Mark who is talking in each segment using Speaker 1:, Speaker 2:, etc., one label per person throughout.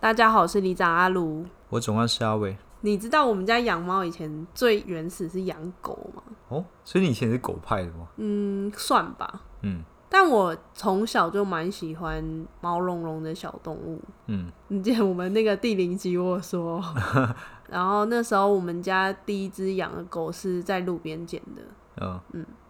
Speaker 1: 大家好，我是里长阿卢。
Speaker 2: 我总要是阿伟
Speaker 1: 你知道我们家养猫以前最原始是养狗吗？
Speaker 2: 哦，所以你以前是狗派的吗？
Speaker 1: 嗯，算吧。
Speaker 2: 嗯
Speaker 1: 但我从小就蛮喜欢毛茸茸的小动物，
Speaker 2: 嗯，
Speaker 1: 你记得我们那个第零集我有说， 然后那时候我们家第一只养的狗是在路边捡的。
Speaker 2: 呃，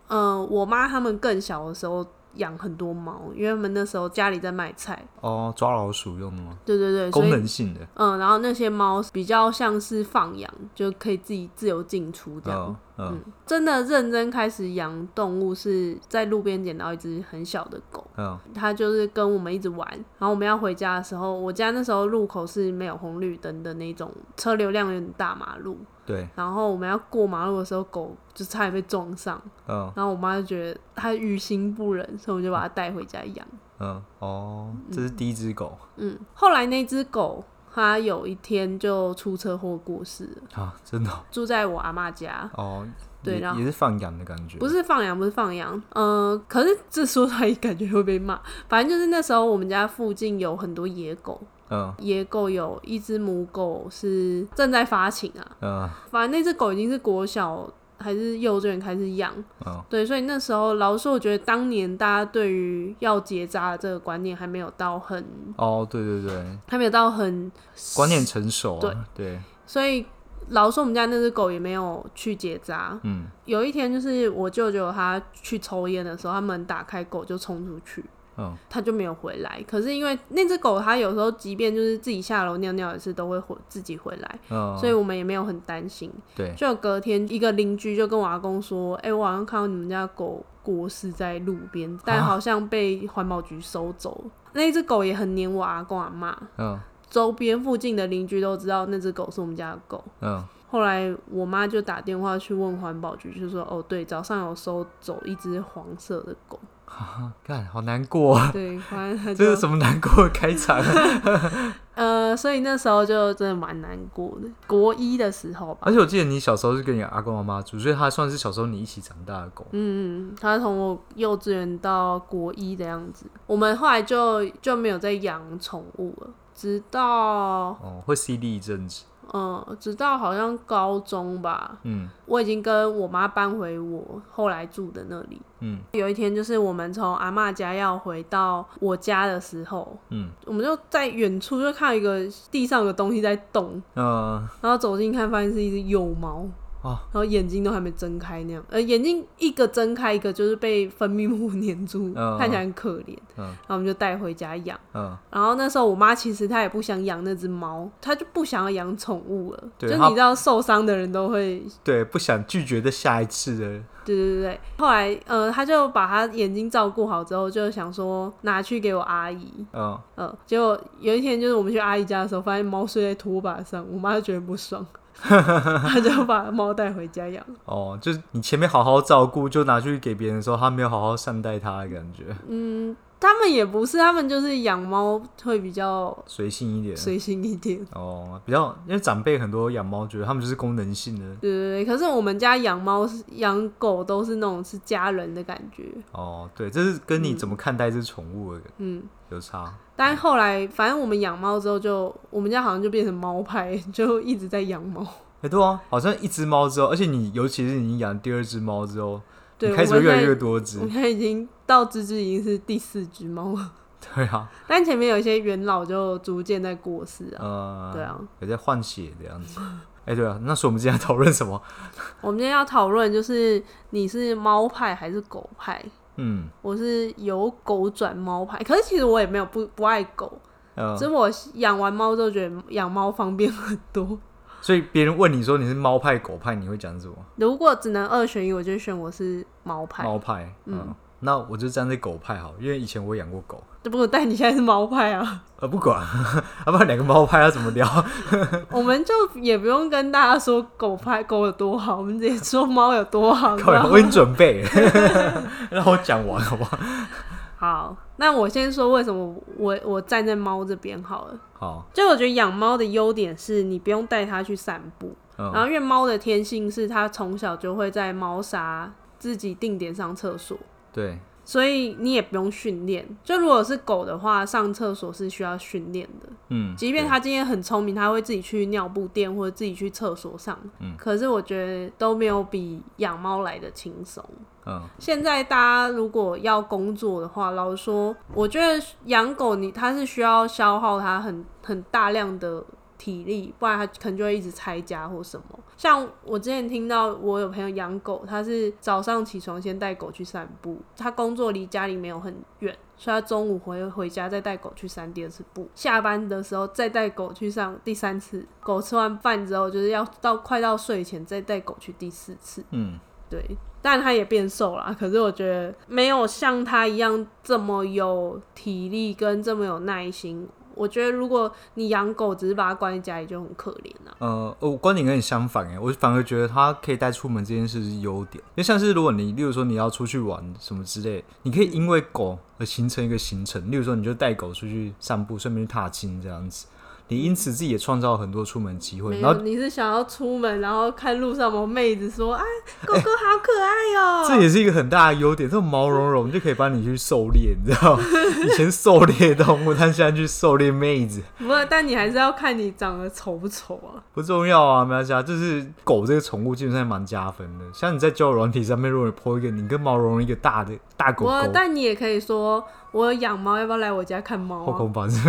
Speaker 1: 嗯、我妈他们更小的时候养很多猫，因为他们那时候家里在卖菜。
Speaker 2: 哦，抓老鼠用的吗？
Speaker 1: 对对对，所
Speaker 2: 功
Speaker 1: 以
Speaker 2: 能性的，
Speaker 1: 嗯、然后那些猫比较像是放养，就可以自己自由进出这样。
Speaker 2: 嗯嗯
Speaker 1: 真的认真开始养动物是在路边捡到一只很小的狗，
Speaker 2: 嗯
Speaker 1: 它就是跟我们一直玩，然后我们要回家的时候，我家那时候路口是没有红绿灯的那种车流量有点大马路，
Speaker 2: 对，
Speaker 1: 然后我们要过马路的时候，狗就差点被撞上，
Speaker 2: 嗯
Speaker 1: 然后我妈就觉得它于心不忍，所以我就把它带回家养。
Speaker 2: 嗯，哦，这是第一只狗
Speaker 1: 嗯，后来那只狗它有一天就出车祸过世了，
Speaker 2: 啊，真的哦
Speaker 1: 住在我阿妈家。
Speaker 2: 哦，
Speaker 1: 对
Speaker 2: 也
Speaker 1: 然后
Speaker 2: 也是放养的感觉，
Speaker 1: 不是放羊，不是放羊，嗯、可是这说出来感觉会被骂。反正就是那时候我们家附近有很多野狗，
Speaker 2: 嗯
Speaker 1: 野狗有一只母狗是正在发情啊，
Speaker 2: 嗯
Speaker 1: 反正那只狗已经是国小还是幼稚园开始养，
Speaker 2: 嗯
Speaker 1: 对，所以那时候老实说，我觉得当年大家对于要结扎这个观念还没有到很，
Speaker 2: 哦，对对对，
Speaker 1: 还没有到很，
Speaker 2: 观念成熟啊，对，
Speaker 1: 所以老实说我们家那只狗也没有去结扎。
Speaker 2: 嗯
Speaker 1: 有一天就是我舅舅他去抽烟的时候，他门打开，狗就冲出去。
Speaker 2: 嗯
Speaker 1: 它就没有回来。可是因为那只狗，它有时候即便就是自己下楼尿尿也是都会回自己回来，所以
Speaker 2: 嗯，
Speaker 1: 我们也没有很担心。
Speaker 2: 对，
Speaker 1: 就隔天，一个邻居就跟我阿公说：“哎、我好像看到你们家狗过世在路边，
Speaker 2: 啊
Speaker 1: 但好像被环保局收走了。那只狗也很黏我阿公阿妈，
Speaker 2: 嗯
Speaker 1: 周边附近的邻居都知道那只狗是我们家的狗。
Speaker 2: 嗯
Speaker 1: 后来我妈就打电话去问环保局，就说：“哦，对，早上有收走一只黄色的狗。
Speaker 2: 啊，看好难过啊，”
Speaker 1: 对，反正 她就
Speaker 2: 这是什么难过的开场？
Speaker 1: 呃，所以那时候就真的蛮难过的。国一的时候吧，
Speaker 2: 而且我记得你小时候是跟你阿公阿妈住，所以它算是小时候你一起长大的狗。
Speaker 1: 嗯，他从我幼稚园到国一的样子，我们后来就就没有再养宠物了，直到
Speaker 2: 哦，会 CD 一阵子，
Speaker 1: 嗯、呃直到好像高中吧，
Speaker 2: 嗯
Speaker 1: 我已经跟我妈搬回我后来住的那里。
Speaker 2: 嗯
Speaker 1: 有一天，就是我们从阿嬷家要回到我家的时候，
Speaker 2: 嗯，
Speaker 1: 我们就在远处就看到一个地上有个东西在动，
Speaker 2: 呃，
Speaker 1: 然后走近看，发现是一只幼猫。
Speaker 2: 哦
Speaker 1: 然后眼睛都还没睁开那样，呃，眼睛一个睁开，一个就是被分泌物粘住，
Speaker 2: 嗯
Speaker 1: 看起来很可怜。
Speaker 2: 嗯
Speaker 1: 然后我们就带回家养。
Speaker 2: 嗯，
Speaker 1: 然后那时候我妈其实她也不想养那只猫，她就不想要养宠物了。就
Speaker 2: 对
Speaker 1: 是
Speaker 2: 她
Speaker 1: 你知道受伤的人都会，
Speaker 2: 对，不想拒绝的下一次的，
Speaker 1: 对对对对。后来呃，她就把她眼睛照顾好之后，就想说拿去给我阿姨。
Speaker 2: 嗯，
Speaker 1: 呃，结果有一天就是我们去阿姨家的时候，发现猫睡在拖把上，我妈就觉得不 爽，她就把猫带回家养。
Speaker 2: 哦，就是你前面好好照顾，就拿去给别人的时候，他没有好好善待它的感觉，
Speaker 1: 嗯，他们也不是，他们就是养猫会比较
Speaker 2: 随性一点。
Speaker 1: 随性一点。
Speaker 2: 哦，比较因为长辈很多养猫，觉得他们就是功能性的。
Speaker 1: 对对对，可是我们家养猫、是养狗都是那种是家人的感觉。
Speaker 2: 哦，对，这是跟你怎么看待这宠物的
Speaker 1: 嗯，
Speaker 2: 有差。
Speaker 1: 但后来反正我们养猫之后就，我们家好像就变成猫派， 就一直在养猫。
Speaker 2: 哎、对啊，好像一只猫之后，而且你尤其是你养第二只猫之后，
Speaker 1: 对，
Speaker 2: 你
Speaker 1: 我
Speaker 2: 开
Speaker 1: 们
Speaker 2: 始会
Speaker 1: 现
Speaker 2: 越来越
Speaker 1: 在
Speaker 2: 多
Speaker 1: 我
Speaker 2: 只
Speaker 1: 们。现在已经到芝芝已经是第四只猫了，
Speaker 2: 对啊，
Speaker 1: 但前面有一些元老就逐渐在过世啊。
Speaker 2: 呃，
Speaker 1: 对啊，
Speaker 2: 有在换血的样子。哎、对啊，那时候我们今天讨论什么？
Speaker 1: 我们今天要讨论就是你是猫派还是狗派？
Speaker 2: 嗯，
Speaker 1: 我是由狗转猫派，可是其实我也没有不不爱狗，
Speaker 2: 呃
Speaker 1: 只，是我养完猫之后觉得养猫方便很多。
Speaker 2: 所以别人问你说你是猫派狗派，你会讲什么？
Speaker 1: 如果只能二选一，我就选我是猫派。
Speaker 2: 猫派，嗯，那我就站在狗派好，因为以前我养过狗，
Speaker 1: 只不过但你现在是猫派 啊，
Speaker 2: 呃，不管， 要不然两个猫派要怎么聊？
Speaker 1: 我们就也不用跟大家说狗派狗有多好，我们直接说猫有多好。你知
Speaker 2: 靠呀，
Speaker 1: 道
Speaker 2: 我已
Speaker 1: 吗
Speaker 2: 经准备了， 让我讲完好不好？
Speaker 1: 好，那我先说为什么我我站在猫这边好了。
Speaker 2: 好，
Speaker 1: 就我觉得养猫的优点是你不用带它去散步，然
Speaker 2: 嗯，
Speaker 1: 后因为猫的天性是它从小就会在猫砂自己定点上厕所，
Speaker 2: 对，
Speaker 1: 所以你也不用训练。就如果是狗的话，上厕所是需要训练的，
Speaker 2: 嗯，
Speaker 1: 即便
Speaker 2: 对
Speaker 1: 它今天很聪明，它会自己去尿布垫或者自己去厕所上，
Speaker 2: 嗯
Speaker 1: 可是我觉得都没有比养猫来的轻松。
Speaker 2: 嗯
Speaker 1: 现在大家如果要工作的话，老实说，我觉得养狗你它是需要消耗它很很大量的体力，不然它可能就会一直拆家或什么。像我之前听到我有朋友养狗，他是早上起床先带狗去散步，他工作离家里没有很远。所以他中午回回家再带狗去散第二次步，下班的时候再带狗去上第三次。狗吃完饭之后，就是要到快到睡前再带狗去第四次。
Speaker 2: 嗯，
Speaker 1: 对，但他也变瘦啦。可是我觉得没有像他一样这么有体力跟这么有耐心。我觉得如果你养狗只是把它关在家里就很可怜啊。
Speaker 2: 呃，我观点跟你相反哎，我反而觉得它可以带出门这件事是优点，因为像是如果你，例如说你要出去玩什么之类，你可以因为狗而形成一个行程，例如说你就带狗出去散步，顺便去踏青这样子，你因此自己也创造了很多出门机会，
Speaker 1: 没
Speaker 2: 然
Speaker 1: 有，
Speaker 2: 后
Speaker 1: 你是想要出门，然后看路上有没有妹子说：“哎，狗狗好可爱 哦、
Speaker 2: 这也是一个很大的优点，这种毛茸茸就可以帮你去狩猎，你知道吗？以前狩猎动物，但现在去狩猎妹子，
Speaker 1: 不是，但你还是要看你长得丑不丑啊。
Speaker 2: 不重要啊，没关系啊。就是狗这个宠物基本上蛮加分的，像你在交友软体上面，如果你 po 一个你跟毛茸茸一个大的大狗
Speaker 1: 我
Speaker 2: 狗，
Speaker 1: 但你也可以说，我有养猫，要不要来我家看猫
Speaker 2: 后
Speaker 1: 啊？
Speaker 2: 空翻是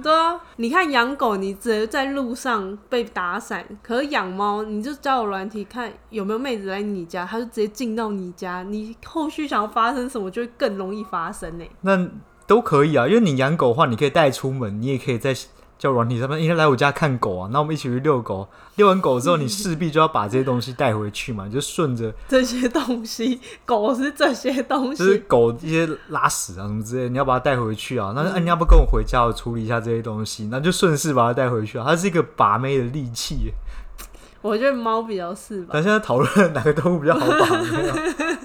Speaker 1: 对啊，你看养狗，你只能在路上被打散；可是养猫，你就交友软体看有没有妹子来你家，它就直接进到你家。你后续想要发生什么，就会更容易发生呢、欸
Speaker 2: 那都可以啊，因为你养狗的话，你可以带出门，你也可以在交友软体上面，应该来我家看狗啊，那我们一起去遛狗，遛完狗之后，你势必就要把这些东西带回去嘛，你就顺着
Speaker 1: 这些东西，狗是这些东
Speaker 2: 就是
Speaker 1: 西，
Speaker 2: 狗一些拉屎啊什么之类的，你要把它带回去啊。那就、哎你要不跟我回家，我处理一下这些东西，那就顺势把它带回去啊。它是一个把妹的利器耶。
Speaker 1: 我觉得猫比较适吧。
Speaker 2: 咱现在讨论哪个动物比较好把妹、啊？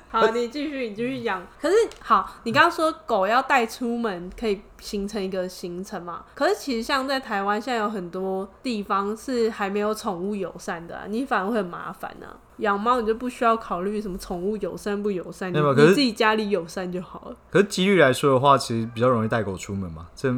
Speaker 1: 好，你继续，你继续养。可是好，你刚刚说狗要带出门，可以形成一个行程嘛？可是其实像在台湾，现在有很多地方是还没有宠物友善的啊、你反而会很麻烦呢、啊。养猫你就不需要考虑什么宠物友善不友善，你
Speaker 2: 没有
Speaker 1: 你
Speaker 2: 可是
Speaker 1: 自己家里友善就好了。
Speaker 2: 可是几率来说的话，其实比较容易带狗出门嘛，这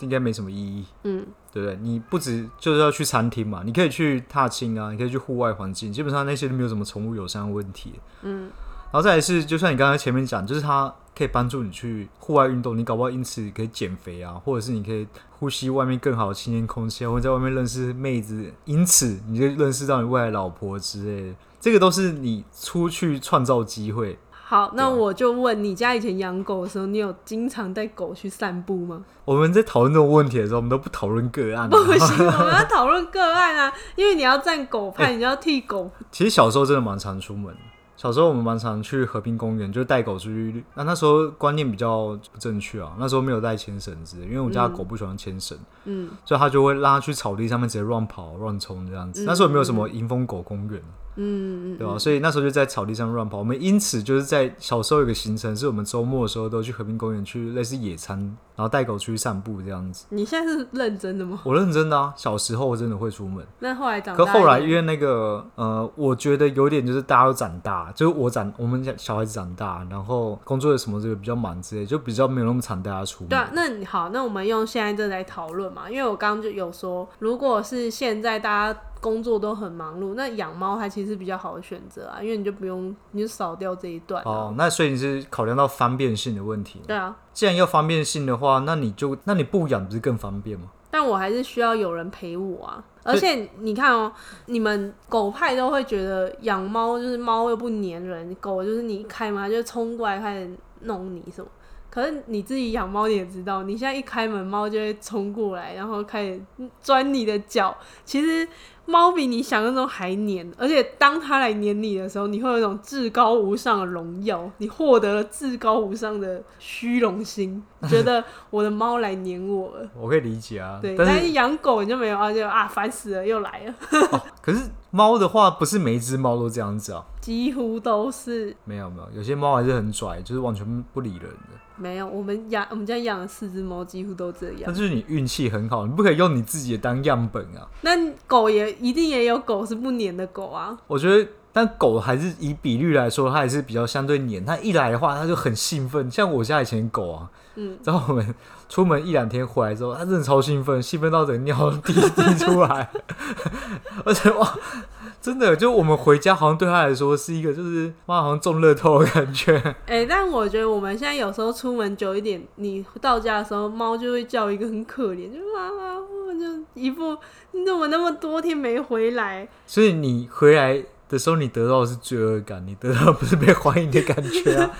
Speaker 2: 应该没什么意义，
Speaker 1: 嗯，
Speaker 2: 对不对？你不止就是要去餐厅嘛，你可以去踏青啊，你可以去户外环境，基本上那些都没有什么宠物友善问题。
Speaker 1: 嗯，
Speaker 2: 然后再来是，就像你刚才前面讲，就是它可以帮助你去户外运动，你搞不好因此可以减肥啊，或者是你可以呼吸外面更好的新鲜空气啊，或者在外面认识妹子，因此你就认识到你未来老婆之类的，这个都是你出去创造机会。
Speaker 1: 好，那
Speaker 2: 对啊
Speaker 1: 我就问你家以前养狗的时候，你有经常带狗去散步 吗？
Speaker 2: 我们在讨论这种问题的时候，我们都不讨论个案啊、
Speaker 1: 不行，我们要讨论个案啊，因为你要站狗派，你就要替狗
Speaker 2: 其实小时候真的蛮常出门的，小时候我们蛮常去河滨公园，就带狗出去。那那时候观念比较不正确啊，那时候没有带牵绳子，因为我家狗不喜欢牵绳，
Speaker 1: 嗯，
Speaker 2: 所以它就会让它去草地上面直接乱跑、乱冲这样子。那时候也没有什么迎风狗公园，
Speaker 1: 嗯嗯嗯
Speaker 2: 对吧、啊所以那时候就在草地上乱跑。我们因此就是在小时候有个行程，是我们周末的时候都去河滨公园去类似野餐，然后带狗出去散步这样子。
Speaker 1: 你现在是认真的吗？
Speaker 2: 我认真的啊，小时候真的会出门。
Speaker 1: 那后来长大
Speaker 2: 可
Speaker 1: 一点，
Speaker 2: 后来因为那个呃，我觉得有点就是大家都长大，就是我长我们小小孩子长大，然后工作什么这个比较忙之类，就比较没有那么常带他出门。
Speaker 1: 对啊，那你好，那我们用现在这来讨论嘛，因为我刚刚就有说，如果是现在大家工作都很忙碌，那养猫它其实比较好的选择啊，因为你就不用，你就少掉这一段、啊。
Speaker 2: 哦，那所以你是考量到方便性的问题。
Speaker 1: 对啊，
Speaker 2: 既然要方便性的话，那你就那你不养不是更方便吗？
Speaker 1: 但我还是需要有人陪我啊。
Speaker 2: 所以
Speaker 1: 而且你看哦、你们狗派都会觉得养猫就是猫又不粘人，狗就是你一开门它就冲过来开始弄你什么。可是你自己养猫你也知道，你现在一开门，猫就会冲过来，然后开始钻你的脚。其实猫比你想象中还黏，而且当它来黏你的时候，你会有一种至高无上的荣耀，你获得了至高无上的虚荣心，觉得我的猫来黏我了。
Speaker 2: 我可以理解啊。
Speaker 1: 对，
Speaker 2: 但
Speaker 1: 但
Speaker 2: 是哦
Speaker 1: 是养狗你就没有啊，就啊烦死了，又来了，
Speaker 2: 可是猫的话，不是每一只猫都这样子啊。
Speaker 1: 几乎都是
Speaker 2: 没有没有，有些猫还是很拽，就是完全不理人的。
Speaker 1: 没有。我们养我们家养了四只猫，几乎都这
Speaker 2: 那
Speaker 1: 样。
Speaker 2: 就是你运气很好，你不可以用你自己的当样本啊。
Speaker 1: 那狗也一定也有狗是不粘的狗啊，
Speaker 2: 我觉得，但狗还是以比率来说，它还是比较相对黏。它一来的话，它就很兴奋。像我家以前的狗啊，
Speaker 1: 嗯，
Speaker 2: 然后我们出门一两天回来之后，它真的超兴奋，兴奋到整个尿滴滴出来， 而且哇，真的就我们回家好像对它来说是一个就是哇，好像中乐透的感觉。
Speaker 1: 哎、但我觉得我们现在有时候出门久一点，你到家的时候，猫就会叫一个很可怜，就妈妈，我就一副你怎么那么多天没回来？
Speaker 2: 所以你回来的时候，你得到的是罪恶感，你得到的不是被欢迎的感觉啊。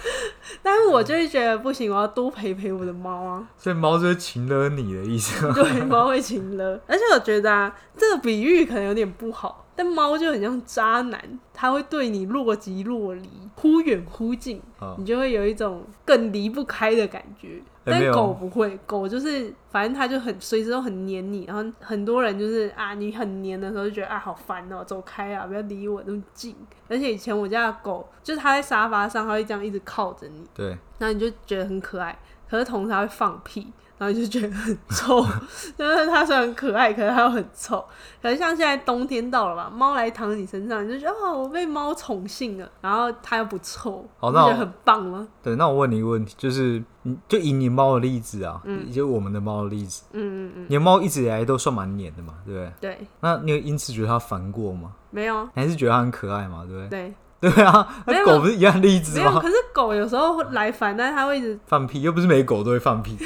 Speaker 1: 但是我就会觉得不行，我要多陪陪我的猫啊，
Speaker 2: 所以猫就是请了你的意思吗？
Speaker 1: 对，猫会情 了。而且我觉得啊，这个比喻可能有点不好，但猫就很像渣男，它会对你若即若离，忽远忽近，
Speaker 2: 啊、
Speaker 1: 你就会有一种更离不开的感觉。
Speaker 2: 哎
Speaker 1: 但
Speaker 2: 没有
Speaker 1: 狗不会，狗就是反正它就很随时都很黏你，然后很多人就是啊，你很黏的时候就觉得啊好烦哦、走开啊，不要离我那么近。而且以前我家的狗，就是它在沙发上，它会这样一直靠着你，
Speaker 2: 对，
Speaker 1: 然后你就觉得很可爱，可是同时它会放屁，然后你就觉得很臭。 就是它虽然很可爱，可是它又很臭。可是像现在冬天到了吧，猫来躺你身上，你就觉得哦，我被猫宠幸了，然后它又不臭，
Speaker 2: 好
Speaker 1: 你
Speaker 2: 哦那
Speaker 1: 不觉
Speaker 2: 我
Speaker 1: 得很棒吗？
Speaker 2: 对，那我问你一个问题，就是你就以你猫的例子啊，就我们的猫的例子，
Speaker 1: 嗯嗯嗯，
Speaker 2: 你的猫一直以来都算蛮黏的嘛，对不对？
Speaker 1: 对，
Speaker 2: 那你有因此觉得它烦过吗？
Speaker 1: 没有，
Speaker 2: 你还是觉得它很可爱嘛，对不对？
Speaker 1: 对，
Speaker 2: 对 啊，
Speaker 1: 没
Speaker 2: 那
Speaker 1: 有
Speaker 2: 狗不是一样的例子
Speaker 1: 没有。
Speaker 2: 吗？
Speaker 1: 可是狗有时候会来烦，但是它会一直
Speaker 2: 放屁，又不是每个狗都会 放屁。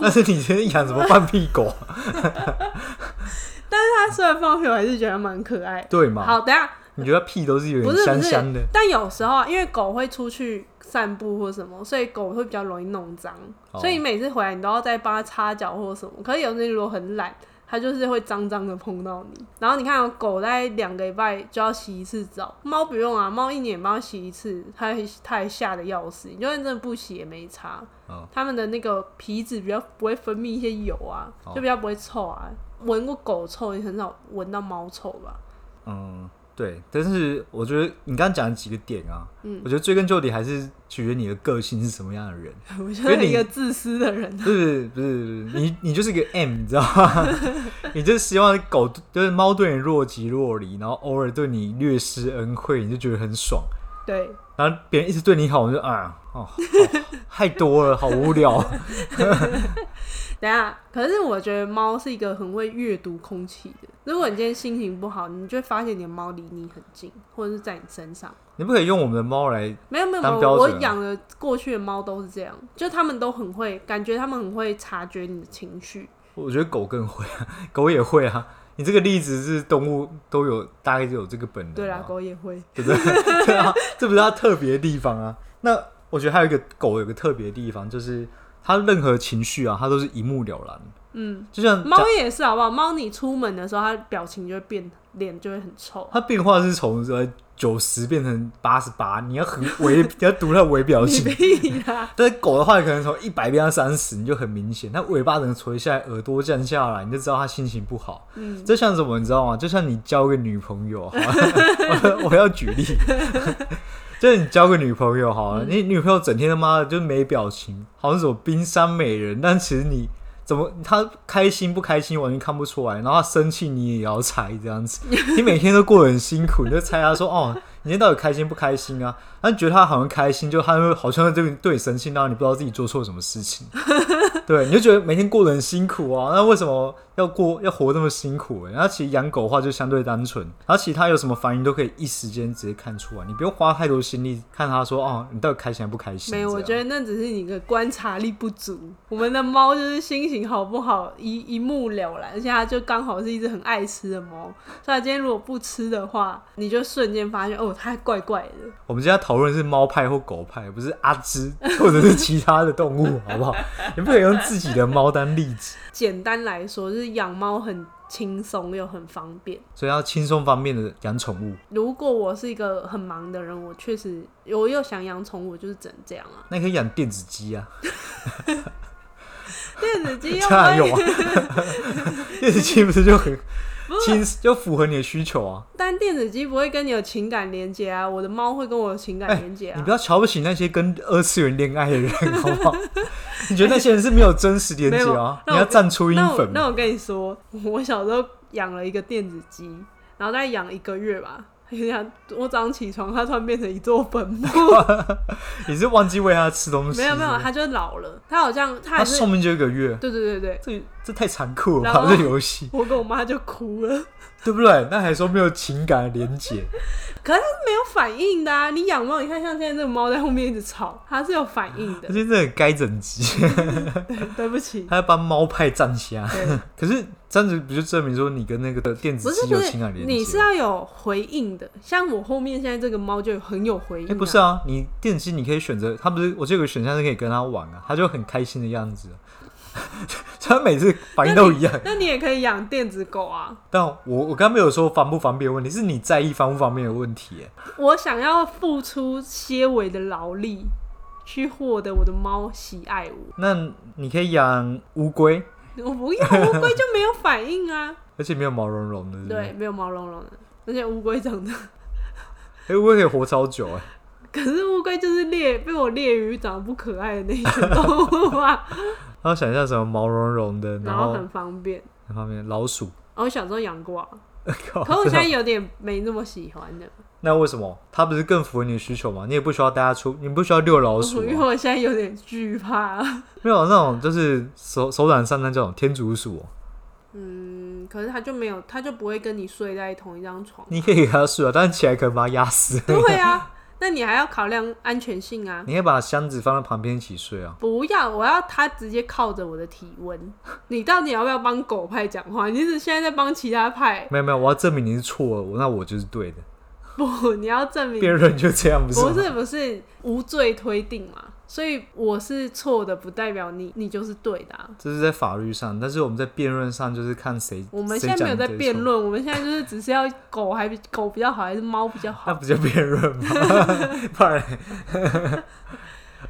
Speaker 2: 但是你今天养什么放屁狗？啊
Speaker 1: 它虽然放屁，我还是觉得蛮可爱的。
Speaker 2: 对嘛？
Speaker 1: 好，等一下
Speaker 2: 你觉得屁都是有
Speaker 1: 不
Speaker 2: 点
Speaker 1: 是
Speaker 2: 香
Speaker 1: 不
Speaker 2: 香的
Speaker 1: 是，但有时候啊，因为狗会出去散步或什么，所以狗会比较容易弄脏，
Speaker 2: 哦
Speaker 1: 所以你每次回来你都要再帮它擦脚或什么。可是有那如果很懒。它就是会脏脏的碰到你，然后你看、哦，狗大概两个礼拜就要洗一次澡，猫不用啊，猫一年帮它洗一次，它还它还吓得要死，你就算真的不洗也没差。
Speaker 2: 哦
Speaker 1: 它们的那个皮脂比较不会分泌一些油啊，
Speaker 2: 哦
Speaker 1: 就比较不会臭啊。闻过狗臭，你很少闻到猫臭吧？
Speaker 2: 嗯，对。但是我觉得你刚刚讲的几个点啊，
Speaker 1: 嗯
Speaker 2: 我觉得追根究底还是取决你的个性是什么样的人。
Speaker 1: 我觉
Speaker 2: 因为
Speaker 1: 得
Speaker 2: 你
Speaker 1: 一个自私的人，
Speaker 2: 不是不是不是，你你就是一个 M，你知道吗？你就是希望狗就是猫对你若即若离，然后偶尔对你略施恩惠，你就觉得很爽。
Speaker 1: 对，
Speaker 2: 然后别人一直对你好，我就啊哦，好太多了，好无聊。
Speaker 1: 等一下，可是我觉得猫是一个很会阅读空气的。如果你今天心情不好，你就会发现你的猫离你很近，或者是在你身上。
Speaker 2: 你不可以用我们的猫来
Speaker 1: 没有没有没
Speaker 2: 当
Speaker 1: 有，
Speaker 2: 标
Speaker 1: 我
Speaker 2: 准啊
Speaker 1: 养的过去的猫都是这样，就它们都很会，感觉它们很会察觉你的情绪。
Speaker 2: 我觉得狗更会、啊，狗也会啊。你这个例子是动物都有，大概就有这个本能、啊。
Speaker 1: 对啦，狗也会。
Speaker 2: 对不 对？对啊，这不是它特别的地方啊。那我觉得还有一个狗有个特别的地方，就是它任何情绪啊，它都是一目了然。嗯，就像
Speaker 1: 猫
Speaker 2: 假
Speaker 1: 也是好不好？猫你出门的时候，它的表情就会变，脸就会很 臭。
Speaker 2: 它变化是从呃九十变成八十八，你要很微， 你要读它的微表
Speaker 1: 你
Speaker 2: 情。
Speaker 1: 屁啦！
Speaker 2: 但是狗的话，可能从一百变到三十，你就很明显，它尾巴能垂下来，耳朵降下来，你就知道它心情不好。嗯，这像什么，你知道吗？就像你交个女朋友，好我我要举例，就是你交个女朋友好了，你女朋友整天他妈的就没表情，好像什么冰山美人，但其实你。怎么她开心不开心完全看不出来，然后她生气你也要猜这样子， 你每天都过得很辛苦，你就猜她说哦，你今天到底开心不开心啊？但觉得他好像开心，就他会好像对你对你生气，然后你不知道自己做错什么事情， 对，你就觉得每天过得很辛苦啊。那为什么要过要活那么辛苦、欸？然后其实养狗的话就相对单纯，然后其实它有什么反应都可以一时间直接看出来，你不用花太多心力看它说哦，你到底开心还不开心？
Speaker 1: 没有，我觉
Speaker 2: 得
Speaker 1: 得那只是你的观察力不足。 我们的猫就是心情好不好一一目了然，而且它就刚好是一只很爱吃的猫，所以它今天如果不吃的话，你就瞬间发现哦，它怪怪的。
Speaker 2: 我们今天讨论的是猫派或狗派，不是阿芝 或者是其他的动物，好不 好？你不可以用自己的猫当例子，
Speaker 1: 简单来说，就是养猫很轻松又很方便。
Speaker 2: 所以要轻松方便的养宠物。
Speaker 1: 如果我是一个很忙的人，我确实我又想养宠物，我就是只能这样 啊。
Speaker 2: 那你可以养电子鸡啊，
Speaker 1: 电子鸡 又
Speaker 2: 当然有
Speaker 1: 会
Speaker 2: 啊， 电子鸡不是就很轻，就符合你的需求啊？
Speaker 1: 但电子鸡不会跟你有情感连接啊，我的猫会跟我有情感连接啊。
Speaker 2: 你不要瞧不起那些跟二次元恋爱的人，好不好？ 你觉得那些人是没有真实连接啊？
Speaker 1: 没有那
Speaker 2: 你
Speaker 1: 我
Speaker 2: 要站初音
Speaker 1: 那我
Speaker 2: 粉
Speaker 1: 那我跟你说，我小时候养了一个电子鸡，然后大概养一个月吧。有点像我早上起床，它突然变成一座坟墓。
Speaker 2: 你是忘记喂它吃东西？
Speaker 1: 没有没有，，它就老了。它好像它
Speaker 2: 它
Speaker 1: 还是
Speaker 2: 寿命就一个月，
Speaker 1: 对对对对，
Speaker 2: 这这太残酷了
Speaker 1: 然
Speaker 2: 吧？
Speaker 1: 后
Speaker 2: 这游戏
Speaker 1: 我跟我妈就哭了。
Speaker 2: 对不对？那还说没有情感的连接，
Speaker 1: 可是它是没有反应的啊！你养猫，你看像现在这个猫在后面一直吵，它是有反应
Speaker 2: 而
Speaker 1: 的。
Speaker 2: 且这很该整集，
Speaker 1: 对不起，
Speaker 2: 他要帮猫派站下。
Speaker 1: 对，
Speaker 2: 可是这样子不就证明说你跟那个电
Speaker 1: 不
Speaker 2: 子
Speaker 1: 是
Speaker 2: 机
Speaker 1: 不
Speaker 2: 有
Speaker 1: 是
Speaker 2: 情感，连接？
Speaker 1: 你是要有回应的。像我后面现在这个猫就有很有回应、
Speaker 2: 哎、不是，啊，你电子机你可以选择，它不是我这有个选项是可以跟它玩啊，它就很开心的样子啊， 它每次反应都一样。
Speaker 1: 那你也可以养电子狗啊。
Speaker 2: 但我我刚没有说方不方便的问题，是你在意方不方便的问题欸耶。
Speaker 1: 我想要付出些微的劳力，去获得我的猫喜爱我。
Speaker 2: 那你可以养乌龟，
Speaker 1: 我不要乌龟就没有反应啊，
Speaker 2: 而且没有毛茸茸的，是不是
Speaker 1: 对，，没有毛茸茸的，而且乌龟长得，
Speaker 2: 哎、乌龟可以活超久哎。
Speaker 1: 可是乌龟就是猎被我猎于长得不可爱的那些动物啊，
Speaker 2: 然后想一下什么毛茸茸的，然
Speaker 1: 然
Speaker 2: 后
Speaker 1: 后很方便。
Speaker 2: 那方面老鼠，
Speaker 1: 哦，我小时候养过、啊，
Speaker 2: 靠
Speaker 1: 可我现
Speaker 2: 真的
Speaker 1: 在有点没那么喜欢的，
Speaker 2: 那为什么它不是更符合你的需求吗？你也不需要带它出，你不需要遛老鼠、
Speaker 1: 因为
Speaker 2: 啊，
Speaker 1: 我现在有点惧怕。
Speaker 2: 没有那种就是手手掌上那种天竺鼠、哦，
Speaker 1: 嗯，可是它就没有，它就不会跟你睡在同一张床。
Speaker 2: 你可以给它睡啊，但是起来可能把它压死。
Speaker 1: 对啊，那你还要考量安全性啊。
Speaker 2: 你可以把箱子放在旁边一起睡啊，
Speaker 1: 不要，我要它直接靠着我的体温。 你到底要不要帮狗派讲话？你是现在在帮其他派？
Speaker 2: 没有没有，我要证明你是错的，我那我就是对的，
Speaker 1: 不，你要证明
Speaker 2: 辩论就这样不是吗？
Speaker 1: 不是不是无罪推定嘛。所以我是错的，不代表你你就是对的、啊。
Speaker 2: 这是在法律上，但是我们在辩论上就是看谁。
Speaker 1: 我们
Speaker 2: 谁
Speaker 1: 现在没有
Speaker 2: 讲
Speaker 1: 在
Speaker 2: 得对
Speaker 1: 辩
Speaker 2: 错，
Speaker 1: 论，我们现在就是只是要狗还比狗比较好，还是猫比较 好？
Speaker 2: 那不叫辩论吗？不然，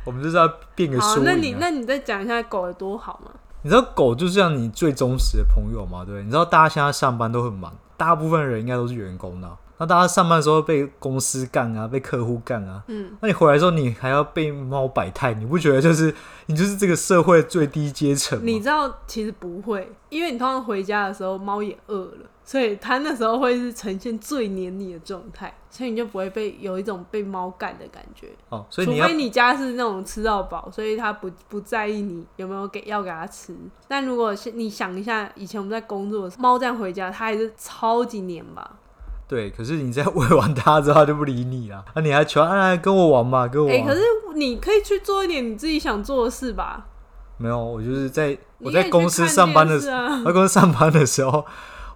Speaker 2: 我们就是要辩个
Speaker 1: 好
Speaker 2: 输，赢、啊。
Speaker 1: 那你那你再讲一下狗有多好吗？
Speaker 2: 你知道狗就是像你最忠实的朋友嘛，对不对？你知道大家现在上班都很忙，大部分人应该都是员工的啊、那大家上班的时候被公司干啊，被客户干啊，
Speaker 1: 嗯，
Speaker 2: 那你回来之后你还要被猫百态，你不觉得就是你就是这个社会最低阶层
Speaker 1: 你
Speaker 2: 吗？
Speaker 1: 知道其实不会，因为你通常回家的时候猫也饿了，所以它那时候会是呈现最黏你的状态，所以你就不会被有一种被猫干的感觉。
Speaker 2: 哦，所以
Speaker 1: 除
Speaker 2: 你要
Speaker 1: 非你家是那种吃到饱，所以它不不在意你有没有给要给它吃。但如果是你想一下，以前我们在工作的时候，猫这样回家，它还是超级黏吧？
Speaker 2: 对，可是你在喂完它之后它就不理你了，那、你还求啊跟我玩嘛，跟我
Speaker 1: 哎、
Speaker 2: 玩。
Speaker 1: 可是你可以去做一点你自己想做的事吧。
Speaker 2: 没有，我就是在
Speaker 1: 你可
Speaker 2: 我
Speaker 1: 以
Speaker 2: 在
Speaker 1: 去
Speaker 2: 公司
Speaker 1: 看
Speaker 2: 上班的
Speaker 1: 电视啊
Speaker 2: 我在公司上班的时候，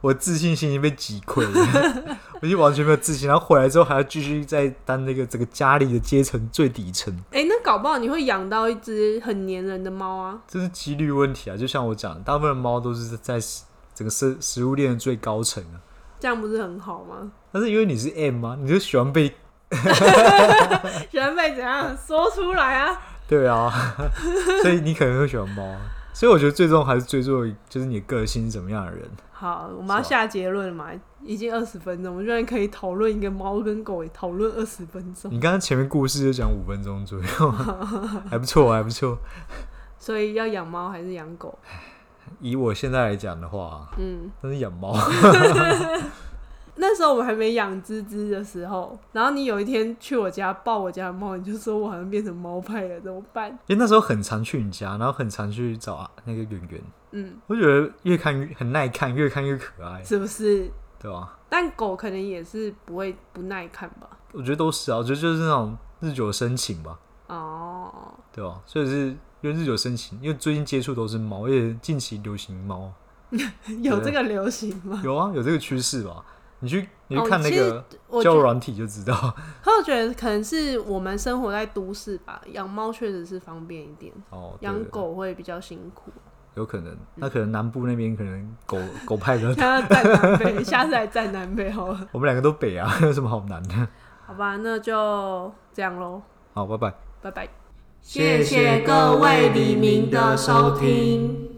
Speaker 2: 我自信心已经被击溃了，我就完全没有自信。然后回来之后还要继续再当那个整个家里的阶层最底层，
Speaker 1: 哎、那搞不好你会养到一只很粘人的猫啊！
Speaker 2: 这是几率问题啊。就像我讲的，大部分的猫都是在食整个食食物链的最高层啊。
Speaker 1: 这样不是很好吗？
Speaker 2: 但是因为你是 M 啊嘛，你就喜欢被
Speaker 1: 人被怎样说出来啊？
Speaker 2: 对啊， 所以你可能会喜欢猫啊。所以我觉得最终还是最重就是你的个性是怎么样的人。
Speaker 1: 好，我们要
Speaker 2: 是吧啊
Speaker 1: 下结论了嘛？已经二十分钟，我们居然可以讨论一个猫跟狗，讨论二十分钟，
Speaker 2: 你刚刚前面故事就讲五分钟左右，还不错，还不错。
Speaker 1: 所以要养猫还是养狗？
Speaker 2: 以我现在来讲的话，
Speaker 1: 嗯，
Speaker 2: 那是养猫。
Speaker 1: 那时候我还没养芝芝的时候，然后你有一天去我家抱我家的猫，你就说我好像变成猫派了，怎么办？
Speaker 2: 因为那时候很常去你家，然后很常去找啊那个圆圆，
Speaker 1: 嗯，
Speaker 2: 我觉得越看越很耐看，越看越可爱，
Speaker 1: 是不是？
Speaker 2: 对吧、啊
Speaker 1: 但狗可能也是不会不耐看吧？
Speaker 2: 我觉得都是啊，我觉得就是那种日久生情吧，
Speaker 1: 哦，
Speaker 2: 对吧、所以是因为日久生情，因为最近接触都是猫，而且近期流行猫，
Speaker 1: 有这个流行吗？
Speaker 2: 啊有啊，有这个趋势吧。你去你
Speaker 1: 哦
Speaker 2: 去看那
Speaker 1: 其实
Speaker 2: 个
Speaker 1: 我
Speaker 2: 交
Speaker 1: 觉
Speaker 2: 友
Speaker 1: 得
Speaker 2: 软体就知道
Speaker 1: 可我觉得可能是我们生活在都市吧，养猫确实是方便一点，
Speaker 2: 哦。对
Speaker 1: 养狗会比较辛苦。
Speaker 2: 有可能，那可能南部那边可能狗狗派比较多。
Speaker 1: 他站南北，下次来站南北好了。
Speaker 2: 我们两个都北啊， 有什么好难的？
Speaker 1: 好吧，那就这样喽，
Speaker 2: 好，拜拜。
Speaker 1: 拜拜。
Speaker 2: 谢谢各位黎明的收听。